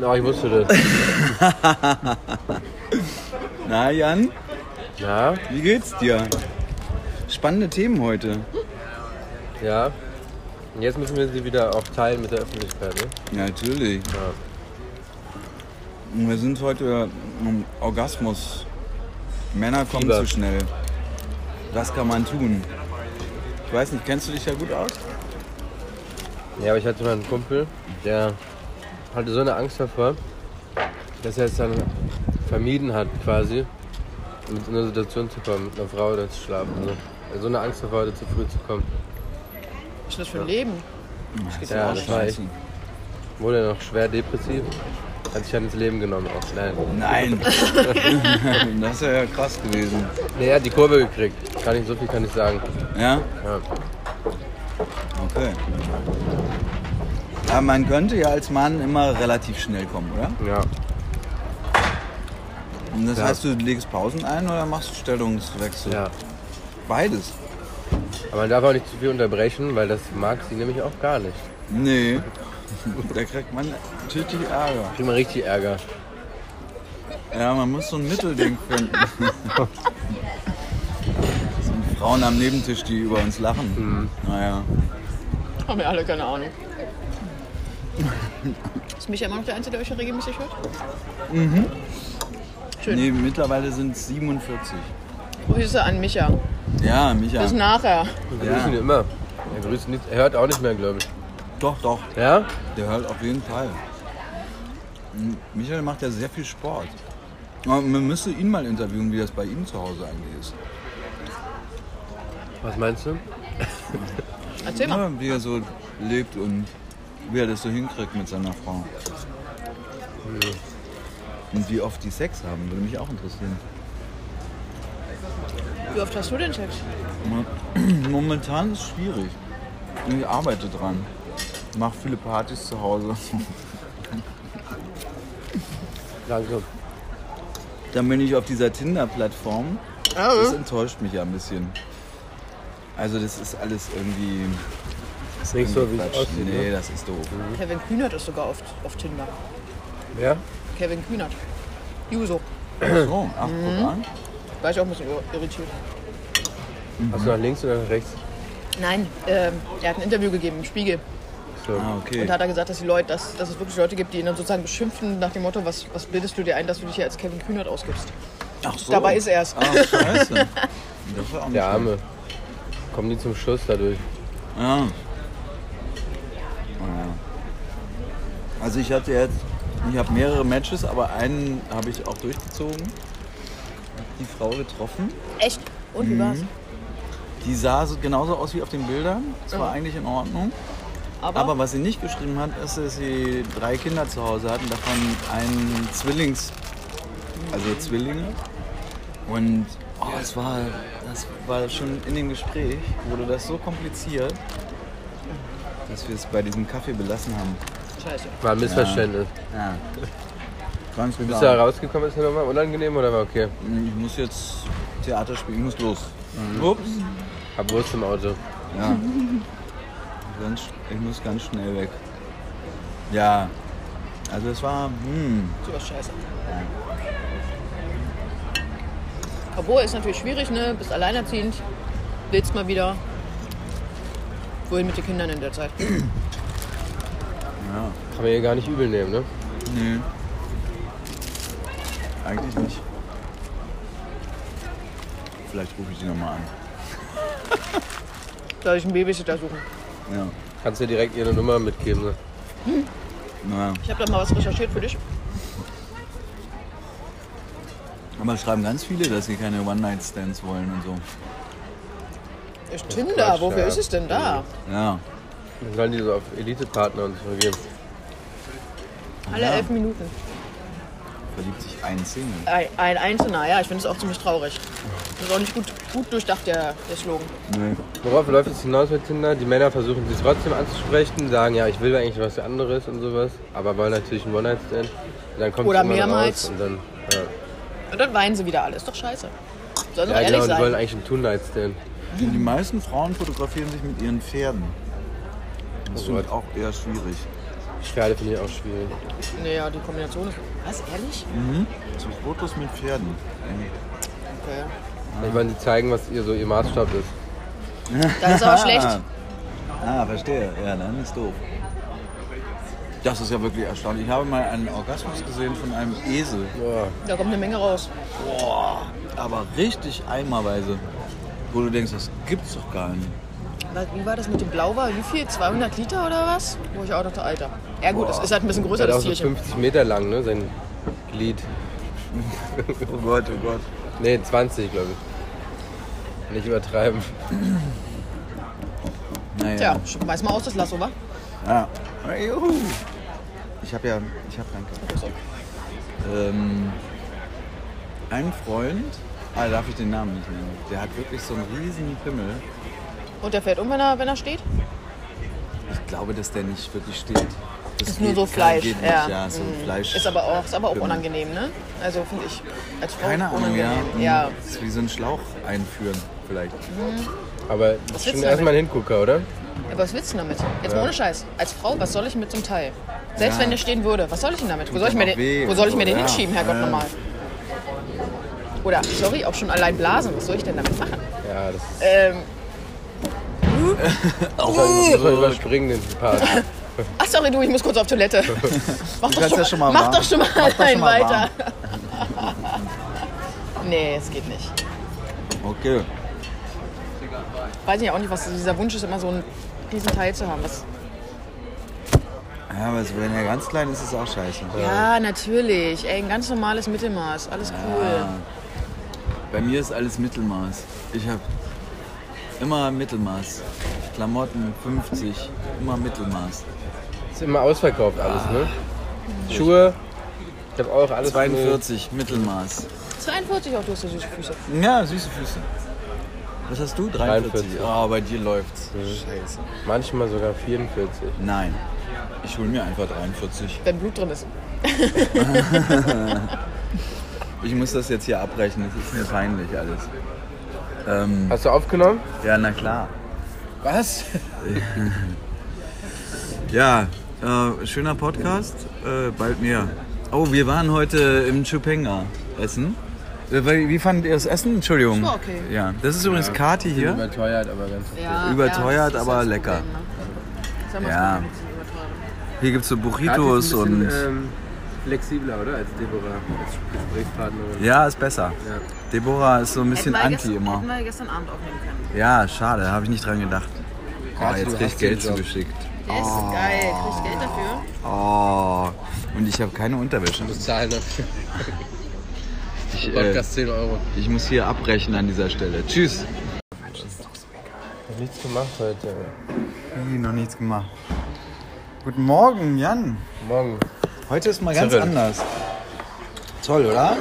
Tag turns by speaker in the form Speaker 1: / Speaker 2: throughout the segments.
Speaker 1: Na, ich wusste das.
Speaker 2: Na Jan,
Speaker 1: Ja,
Speaker 2: wie geht's dir? Spannende Themen heute.
Speaker 1: ja. Und jetzt müssen wir sie wieder auch teilen mit der Öffentlichkeit, ne?
Speaker 2: Ja, natürlich.
Speaker 1: Ja.
Speaker 2: Und Wir sind heute im Orgasmus. Männer kommen
Speaker 1: Fieber.
Speaker 2: zu schnell. Was kann man tun? Ich weiß nicht, kennst du dich ja gut aus?
Speaker 1: Ja, aber ich hatte mal einen Kumpel, der hatte so eine Angst davor, dass er es dann vermieden hat, quasi mit so einer Situation zu kommen, mit einer Frau oder zu schlafen. So. Also so eine Angst davor hatte, zu früh zu kommen.
Speaker 3: Was ist das für ein Leben?
Speaker 1: Ja, das war echt. Wurde noch schwer depressiv, hat sich dann ins Leben genommen auch. Nein.
Speaker 2: Nein. das wäre ja krass gewesen.
Speaker 1: Nee, er hat die Kurve gekriegt. Kann ich, so viel kann ich sagen.
Speaker 2: Ja?
Speaker 1: Ja.
Speaker 2: Okay. Aber man könnte ja als Mann immer relativ schnell kommen, oder?
Speaker 1: ja.
Speaker 2: Und das
Speaker 1: Ja.
Speaker 2: heißt, du legst Pausen ein oder machst Stellungswechsel?
Speaker 1: ja.
Speaker 2: Beides.
Speaker 1: Aber man darf auch nicht zu viel unterbrechen, weil das mag sie nämlich auch gar nicht.
Speaker 2: Nee. da kriegt man tüchtig Ärger.
Speaker 1: Kriegt man richtig Ärger.
Speaker 2: Ja, man muss so ein Mittelding finden. Das sind Frauen am Nebentisch, die über uns lachen.
Speaker 1: Mhm.
Speaker 2: Naja.
Speaker 3: Haben wir alle keine Ahnung. Ist Micha immer noch der Einzige, der euch ja regelmäßig hört? Schön.
Speaker 2: Nee, mittlerweile sind es 47.
Speaker 3: Grüße an Micha.
Speaker 2: Ja, Micha.
Speaker 3: Bis nachher.
Speaker 1: Wir
Speaker 2: Ja.
Speaker 1: grüßen ihn immer. Er grüßt nicht, er hört auch nicht mehr, glaube ich.
Speaker 2: Doch, doch.
Speaker 1: Ja?
Speaker 2: Der hört auf jeden Fall. M- Michael macht ja sehr viel Sport. Aber Man müsste ihn mal interviewen, wie das bei ihm zu Hause eigentlich ist.
Speaker 1: Was meinst du?
Speaker 3: Erzähl mal.
Speaker 2: Ja, wie er so lebt und wie er das so hinkriegt mit seiner Frau. Und wie oft die Sex haben, würde mich auch interessieren.
Speaker 3: Wie oft hast du denn Sex?
Speaker 2: Mo- Momentan ist es schwierig. Ich arbeite dran. Mache viele Partys zu Hause.
Speaker 1: Danke.
Speaker 2: Dann bin ich auf dieser Tinder-Plattform.
Speaker 3: Hm?
Speaker 2: Das enttäuscht mich ja ein bisschen. Also das ist alles irgendwie...
Speaker 1: Ist nicht so, wie es
Speaker 2: Quatsch.
Speaker 1: aussieht.
Speaker 2: Nee,
Speaker 1: Ne?
Speaker 2: das ist doof.
Speaker 3: Kevin Kühnert ist sogar auf, auf Tinder.
Speaker 1: Ja?
Speaker 3: Kevin Kühnert. Juso.
Speaker 2: Ach so, ach,
Speaker 3: Mhm.
Speaker 2: guck an.
Speaker 3: War ich auch ein bisschen ir- irritiert.
Speaker 1: Hast du nach links oder nach rechts?
Speaker 3: Nein, ähm, er hat ein Interview gegeben im Spiegel.
Speaker 1: So.
Speaker 2: Ah, okay.
Speaker 3: Und da hat er gesagt, dass, die Leute, dass, dass es wirklich Leute gibt, die ihn dann sozusagen beschimpfen nach dem Motto, was, was bildest du dir ein, dass du dich hier als Kevin Kühnert ausgibst.
Speaker 2: Ach so.
Speaker 3: Dabei ist er es.
Speaker 2: Ah, scheiße. Das war auch nicht
Speaker 1: Der Arme. Kommen die zum Schuss dadurch?
Speaker 2: schlecht. Ja. Naja. Also ich hatte jetzt, ich habe mehrere Matches, aber einen habe ich auch durchgezogen. Hab Die Frau getroffen.
Speaker 3: Echt? Und
Speaker 2: Mhm.
Speaker 3: wie war's?
Speaker 2: Die sah so, genauso aus wie auf den Bildern. Das war eigentlich in Ordnung.
Speaker 3: Aber,
Speaker 2: Aber was sie nicht geschrieben hat, ist, dass sie drei Kinder zu Hause hatten, davon einen Zwillings, also Zwillinge. Und oh, es war, das war schon in dem Gespräch, wurde das so kompliziert, dass wir es bei diesem Kaffee belassen haben.
Speaker 3: scheiße.
Speaker 1: War ein Missverständnis.
Speaker 2: Ja. Ganz
Speaker 1: Bist du da
Speaker 2: genau.
Speaker 1: rausgekommen? Ist mir nochmal unangenehm oder war okay?
Speaker 2: Ich muss jetzt Theater spielen, ich muss los.
Speaker 1: Mhm.
Speaker 2: Ups.
Speaker 1: Hab Wurst im Auto.
Speaker 2: Ja. Ganz, ich muss ganz schnell weg. Ja. Also es war, hm,
Speaker 3: So was scheiße. Obwohl, ist natürlich schwierig, ne? Bist alleinerziehend, willst mal wieder. Wohin mit den Kindern in der Zeit?
Speaker 1: Kann man ihr gar nicht übel nehmen, ne?
Speaker 2: Nee. Eigentlich nicht. Vielleicht rufe ich sie nochmal an.
Speaker 3: Soll ich einen Babysitter suchen?
Speaker 2: Ja.
Speaker 1: Kannst du direkt ihre Nummer mitgeben, ne?
Speaker 2: Naja.
Speaker 3: Ich habe da mal was recherchiert für dich.
Speaker 2: Aber es schreiben ganz viele, dass sie keine One-Night-Stands wollen und so.
Speaker 3: Ist Tinder,
Speaker 1: Quatsch,
Speaker 3: wofür
Speaker 1: ja.
Speaker 3: ist es denn da?
Speaker 1: Mhm.
Speaker 2: Ja.
Speaker 1: Dann sollen die so auf Elite-Partner und so gehen.
Speaker 3: Alle elf Minuten.
Speaker 2: Verliebt sich ein Single.
Speaker 3: Ein, ein einzelner, ja, ich finde es auch ziemlich traurig. Das ist auch nicht gut, gut durchdacht, der, der Slogan.
Speaker 2: Nee.
Speaker 1: Worauf läuft es hinaus mit Tinder? Die Männer versuchen sie trotzdem anzusprechen, sagen, ja, ich will eigentlich was anderes und sowas, aber wollen natürlich einen One-Night-Stand. Und Dann kommt
Speaker 3: Oder
Speaker 1: es immer raus
Speaker 3: mehrmals.
Speaker 1: Und dann, ja.
Speaker 3: Und dann weinen sie wieder alle. Ist doch scheiße. Soll doch
Speaker 1: Ja,
Speaker 3: ehrlich
Speaker 1: genau, die wollen
Speaker 3: sein.
Speaker 1: eigentlich einen Two-Night-Stand.
Speaker 2: Die meisten Frauen fotografieren sich mit ihren Pferden. Das
Speaker 1: Oh
Speaker 2: finde ich
Speaker 1: Gott.
Speaker 2: auch eher schwierig.
Speaker 1: Pferde finde ich auch schwierig.
Speaker 3: Naja, die Kombination ist. Was? Ehrlich?
Speaker 1: Mhm.
Speaker 2: So Fotos mit Pferden.
Speaker 3: Okay.
Speaker 1: Ich meine, die zeigen, was ihr so ihr Maßstab ist.
Speaker 3: Das ist aber schlecht.
Speaker 2: Ah, verstehe. Ja, dann ist doof. Das ist ja wirklich erstaunlich. Ich habe mal einen Orgasmus gesehen von einem Esel.
Speaker 1: Boah.
Speaker 3: Da kommt eine Menge raus.
Speaker 2: Boah, aber richtig eimerweise. Wo du denkst, das gibt's doch gar nicht.
Speaker 3: Was- Wie war das mit dem Blauwal? Wie viel? 200 Liter oder was? Wo ich auch dachte, Alter. Ja gut, es ist halt ein bisschen größer,
Speaker 1: Der hat auch
Speaker 3: das
Speaker 1: so
Speaker 3: Tierchen.
Speaker 1: 50 Meter lang, ne? Sein Glied.
Speaker 2: Oh Gott, oh Gott.
Speaker 1: Ne, 20, glaube ich. Nicht übertreiben.
Speaker 2: Naja.
Speaker 3: Tja, sch- weiß mal aus das Lasso, wa?
Speaker 2: Ja. Ah, Juhu. Ich habe ja, ich habe danke. Ähm, ein Freund, ah, darf ich den Namen nicht nennen, der hat wirklich so einen riesen Pimmel.
Speaker 3: Und der fährt um, wenn er, wenn er steht?
Speaker 2: Ich glaube, dass der nicht wirklich steht. Das
Speaker 3: Ist nur
Speaker 2: geht-
Speaker 3: so Fleisch.
Speaker 2: Geht nicht,
Speaker 3: ja.
Speaker 2: ja. so
Speaker 3: Mhm.
Speaker 2: Fleisch.
Speaker 3: Ist aber auch, ist aber auch
Speaker 2: Genau.
Speaker 3: unangenehm, ne? Also finde ich. Als Frau
Speaker 2: Keine Ahnung, ja.
Speaker 3: unangenehm.
Speaker 2: Mhm.
Speaker 3: Ja.
Speaker 2: Ist wie so ein Schlauch einführen, vielleicht.
Speaker 1: Aber das ist
Speaker 3: willst
Speaker 1: schon
Speaker 3: du
Speaker 1: erstmal ein Hingucker, oder?
Speaker 3: Aber was willst du denn damit? Jetzt mal ohne Scheiß. Als Frau, was soll ich mit zum Teil? Selbst
Speaker 2: Ja.
Speaker 3: wenn der stehen würde, was soll ich denn damit? Wo soll ich
Speaker 2: Tut
Speaker 3: mir
Speaker 2: doch auch weh
Speaker 3: den, wo soll ich
Speaker 2: und
Speaker 3: mir
Speaker 2: so,
Speaker 3: den
Speaker 2: ja.
Speaker 3: hinschieben, Herrgott
Speaker 2: Ja.
Speaker 3: nochmal? Oder, sorry, auch schon allein blasen. Was soll ich denn damit machen?
Speaker 1: Ja, das ist.
Speaker 3: Ähm,
Speaker 1: Das muss man überspringen, den Part.
Speaker 3: ach, sorry, du, ich muss kurz auf Toilette. mach
Speaker 2: kannst ja schon mal
Speaker 3: mach
Speaker 2: warm.
Speaker 3: doch schon mal
Speaker 2: Mach doch schon
Speaker 3: allein
Speaker 2: mal
Speaker 3: weiter. nee, es geht nicht.
Speaker 2: Okay.
Speaker 3: Weiß ich auch nicht, was dieser Wunsch ist, immer so einen riesen Teil zu haben. Was,
Speaker 2: Ja, aber so, wenn er ganz klein ist, ist es auch scheiße.
Speaker 3: ja, natürlich. Ey, ein ganz normales Mittelmaß. Alles cool.
Speaker 2: Bei mir ist alles Mittelmaß. Ich habe immer Mittelmaß. Klamotten 50, immer Mittelmaß.
Speaker 1: Ist immer ausverkauft alles, ne? Schuhe. Ich habe auch alles.
Speaker 2: 42, Mittelmaß.
Speaker 3: 42 auch, du hast ja süße Füße.
Speaker 2: Ja, süße Füße. Was hast du? 43.
Speaker 1: 43.
Speaker 2: Ah, bei dir läuft's. Scheiße.
Speaker 1: Manchmal sogar 44.
Speaker 2: Nein. Ich hol mir einfach 43.
Speaker 3: Wenn Blut drin ist.
Speaker 2: Ich muss das jetzt hier abbrechen, das ist mir peinlich alles. Ähm,
Speaker 1: Hast du aufgenommen?
Speaker 2: ja, na klar.
Speaker 1: Was?
Speaker 2: Ja, äh, schöner Podcast. Äh, bald mehr. Oh, wir waren heute im Chupenga essen. Äh, weil- Wie fandet ihr das Essen? Entschuldigung.
Speaker 3: Das war okay.
Speaker 2: Ja, das ist übrigens Kati hier.
Speaker 1: Überteuert, aber ganz.
Speaker 3: Ja,
Speaker 2: Überteuert,
Speaker 3: das ist
Speaker 2: aber
Speaker 3: das
Speaker 2: lecker.
Speaker 3: Problem, ne? Das haben wir
Speaker 2: Ja.
Speaker 3: schon gesehen, überteuert.
Speaker 2: Hier gibt es so
Speaker 1: Kathi
Speaker 2: Burritos
Speaker 1: ist ein bisschen,
Speaker 2: und.
Speaker 1: ähm, flexibler, oder? Als Deborah, als Gesprächspartnerin.
Speaker 2: Ja, ist besser.
Speaker 1: Ja.
Speaker 2: Deborah ist so ein bisschen
Speaker 3: Hätten
Speaker 2: anti
Speaker 3: wir gestern-
Speaker 2: immer.
Speaker 3: Hätten wir gestern Abend aufnehmen können.
Speaker 2: Ja, schade, habe ich nicht dran gedacht. Oh,
Speaker 1: Kathi,
Speaker 2: jetzt
Speaker 1: du
Speaker 2: krieg ich
Speaker 1: hast den
Speaker 2: Geld
Speaker 1: Job.
Speaker 2: zugeschickt.
Speaker 3: Der ist geil. Kriegst Geld dafür?
Speaker 2: Oh, und ich habe keine Unterwäsche.
Speaker 1: Muss zahlen dafür.
Speaker 2: Ich, äh,
Speaker 1: Podcast 10 Euro.
Speaker 2: ich muss hier abbrechen an dieser Stelle. Tschüss.
Speaker 1: Ich hab nichts gemacht heute.
Speaker 2: Nee, noch nichts gemacht. Guten Morgen, Jan.
Speaker 1: Morgen.
Speaker 2: Heute ist mal ganz
Speaker 1: Zurück.
Speaker 2: anders. Toll, oder? Ja.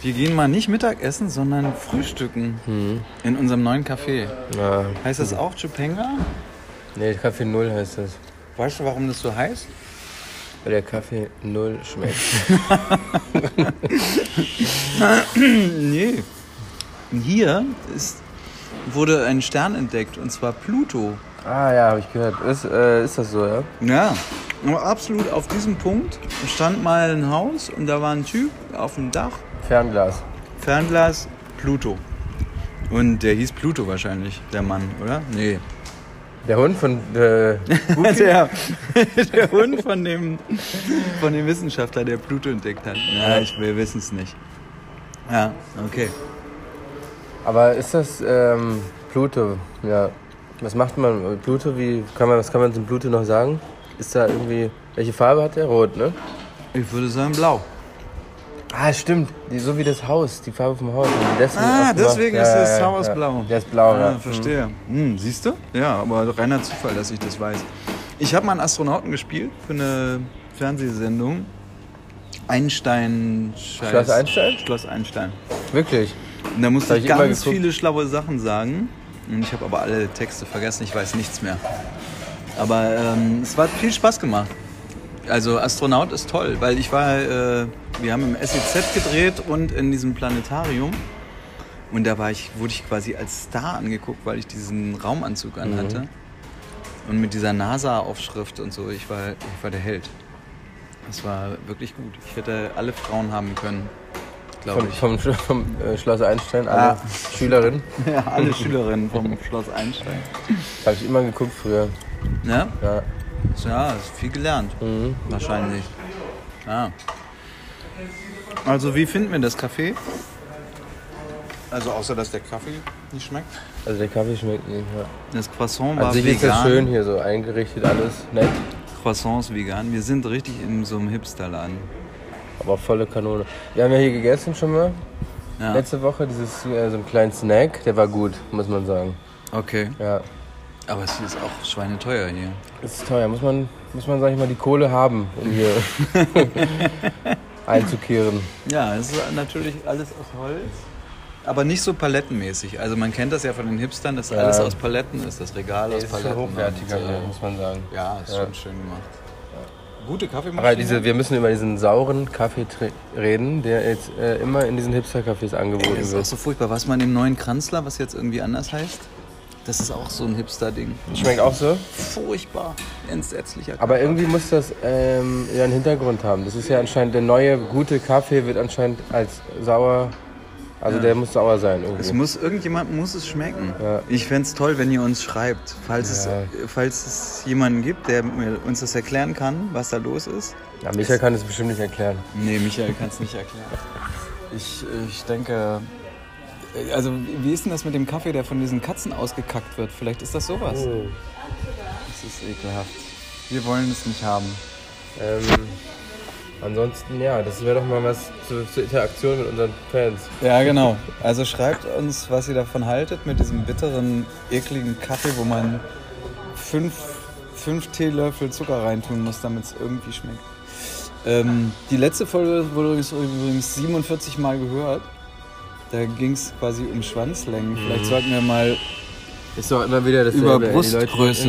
Speaker 2: Wir gehen mal nicht Mittagessen, sondern frühstücken in unserem neuen Café.
Speaker 1: Ja.
Speaker 2: Heißt das auch Chupenga?
Speaker 1: Nee, Kaffee Null heißt das.
Speaker 2: Weißt du, warum das so heißt?
Speaker 1: Weil der Kaffee Null schmeckt.
Speaker 2: Nee. Hier ist, wurde ein Stern entdeckt, und zwar Pluto.
Speaker 1: ah ja, habe ich gehört. Ist, äh, ist das so, ja?
Speaker 2: Ja, aber absolut auf diesem Punkt stand mal ein Haus und da war ein Typ auf dem Dach,
Speaker 1: Fernglas.
Speaker 2: Fernglas, Pluto. Und der hieß Pluto wahrscheinlich, der Mann, oder? Nee.
Speaker 1: Der Hund von äh,
Speaker 2: Der, der Hund von dem, von dem Wissenschaftler, der Pluto entdeckt hat. Ja, ich, wir wissen es nicht. Ja, okay.
Speaker 1: Aber ist das ähm, Pluto? Ja. Was macht man mit Pluto? Wie kann man, was kann man zum Pluto noch sagen? Ist da irgendwie. Welche Farbe hat der? Rot, ne?
Speaker 2: Ich würde sagen blau.
Speaker 1: Ah, stimmt. Die, so wie das Haus, die Farbe vom Haus. Deswegen
Speaker 2: Ah,
Speaker 1: aufgemacht.
Speaker 2: deswegen
Speaker 1: Ja,
Speaker 2: ist
Speaker 1: ja,
Speaker 2: das
Speaker 1: ja,
Speaker 2: Haus
Speaker 1: ja.
Speaker 2: blau.
Speaker 1: Der ist blau,
Speaker 2: Ah,
Speaker 1: ja. Mhm.
Speaker 2: verstehe. Hm, siehst du? Ja, aber reiner Zufall, dass ich das weiß. Ich habe mal einen Astronauten gespielt für eine Fernsehsendung. Einstein. Scheiß-
Speaker 1: Schloss Einstein?
Speaker 2: Schloss Einstein.
Speaker 1: Mhm. Wirklich?
Speaker 2: Und da musste
Speaker 1: Hab
Speaker 2: ich
Speaker 1: ich immer
Speaker 2: ganz
Speaker 1: geguckt.
Speaker 2: viele schlaue Sachen sagen. Und ich habe aber alle Texte vergessen, ich weiß nichts mehr. Aber ähm, es hat viel Spaß gemacht. also Astronaut ist toll, weil ich war, äh, wir haben im SEZ gedreht und in diesem Planetarium. Und da war ich, wurde ich quasi als Star angeguckt, weil ich diesen
Speaker 1: Mhm.
Speaker 2: Raumanzug anhatte. Und mit dieser NASA-Aufschrift und so, ich war, ich war der Held. Das war wirklich gut. Ich hätte alle Frauen haben können, glaube
Speaker 1: Vom,
Speaker 2: ich.
Speaker 1: vom, Sch- vom äh, Schloss Einstein, alle
Speaker 2: Ah.
Speaker 1: Schülerinnen.
Speaker 2: Ja, alle Schülerinnen vom Schloss Einstein.
Speaker 1: Habe ich immer geguckt früher.
Speaker 2: Ja,
Speaker 1: Ja.
Speaker 2: Ne? ja, hast viel gelernt. Wahrscheinlich. Ja. Also, wie finden wir das Café? Also, außer dass der Kaffee nicht schmeckt.
Speaker 1: Also der Kaffee schmeckt nicht. Ja.
Speaker 2: Das Croissant war
Speaker 1: An sich
Speaker 2: vegan.
Speaker 1: ist das schön hier so eingerichtet, alles nett,
Speaker 2: Croissants vegan. Wir sind richtig in so einem Hipsterladen.
Speaker 1: aber volle Kanone. Wir haben ja hier gegessen schon mal.
Speaker 2: Ja.
Speaker 1: Letzte Woche dieses äh, so einen kleinen Snack, der war gut, muss man sagen.
Speaker 2: Okay.
Speaker 1: Ja.
Speaker 2: Aber es ist auch schweineteuer hier.
Speaker 1: Ist teuer, muss man, muss man, sag ich mal, die Kohle haben, um hier einzukehren.
Speaker 2: Ja, es ist natürlich alles aus Holz. Aber nicht so palettenmäßig. Also man kennt das ja von den Hipstern, dass
Speaker 1: Ja.
Speaker 2: alles aus Paletten ist. Das Regal aus
Speaker 1: ist viel
Speaker 2: Paletten.
Speaker 1: hochwertiger,
Speaker 2: und,
Speaker 1: hier,
Speaker 2: äh,
Speaker 1: muss man sagen.
Speaker 2: ja, ist schon schön gemacht. Gute Kaffeemaschine.
Speaker 1: Aber diese, wir müssen über diesen sauren Kaffee tre- reden, der jetzt äh, immer in diesen Hipster-Cafés angeboten
Speaker 2: Das ist auch
Speaker 1: wird.
Speaker 2: so furchtbar. Was man dem neuen Kranzler, was jetzt irgendwie anders heißt, das ist auch so ein Hipster-Ding.
Speaker 1: Schmeckt auch so.
Speaker 2: Furchtbar. Entsetzlicher
Speaker 1: Aber irgendwie muss das ähm, ja einen Hintergrund haben. Das ist ja anscheinend der neue gute Kaffee wird anscheinend als sauer, also der muss sauer sein
Speaker 2: Es
Speaker 1: irgendwie.
Speaker 2: muss, irgendjemand muss es schmecken. Ich fände es toll, wenn ihr uns schreibt, falls, es, äh, falls es jemanden gibt, der mir- uns das erklären kann, was da los ist.
Speaker 1: Ja, Michael kann das bestimmt nicht erklären.
Speaker 2: Nee, Michael kann es nicht erklären. Ich, ich denke, also wie ist denn das mit dem Kaffee, der von diesen Katzen ausgekackt wird? Vielleicht ist das sowas.
Speaker 1: Oh.
Speaker 2: Das ist ekelhaft. Wir wollen es nicht haben.
Speaker 1: Ähm, ansonsten, ja, das wäre doch mal was zu, zur Interaktion mit unseren Fans.
Speaker 2: Ja, genau. Also schreibt uns, was ihr davon haltet mit diesem bitteren, ekligen Kaffee, wo man fünf, fünf Teelöffel Zucker reintun muss, damit es irgendwie schmeckt. Ähm, die letzte Folge wurde übrigens, übrigens 47 Mal gehört. Da ging es quasi um Schwanzlängen. Vielleicht sollten wir mal,
Speaker 1: Ist doch immer wieder dasselbe.
Speaker 2: Über
Speaker 1: ey. Die
Speaker 2: Brustgröße.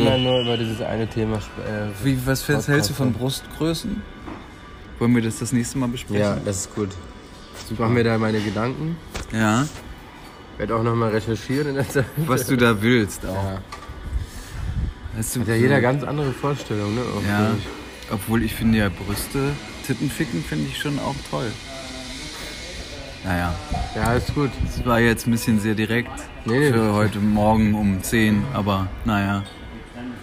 Speaker 1: Leute reden immer nur über dieses eine Thema. sp- Äh,
Speaker 2: wie, was
Speaker 1: Podcast, hältst du von ja.
Speaker 2: Brustgrößen? Wollen wir das das nächste Mal
Speaker 1: ja,
Speaker 2: besprechen?
Speaker 1: das ist gut. Ich mache mir da meine Gedanken.
Speaker 2: Ja.
Speaker 1: Werde auch nochmal recherchieren in der Zeit.
Speaker 2: Was du da willst auch.
Speaker 1: Ja.
Speaker 2: Hast du
Speaker 1: Hat ja jeder ganz andere Vorstellung, ne? Auch
Speaker 2: Ja,
Speaker 1: nicht.
Speaker 2: obwohl ich finde ja Brüste, Titten ficken finde ich schon auch toll. Naja,
Speaker 1: Ja, ist gut.
Speaker 2: das war jetzt ein bisschen sehr direkt
Speaker 1: Nee, nee.
Speaker 2: für heute Morgen um 10, aber naja.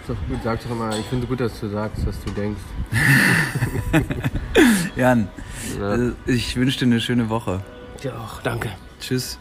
Speaker 1: Ist doch gut. Sag doch mal, ich finde es gut, dass du sagst, was du denkst.
Speaker 2: Jan,
Speaker 1: Ja.
Speaker 2: äh, ich wünsche dir eine schöne Woche.
Speaker 1: Dir auch, danke.
Speaker 2: Tschüss.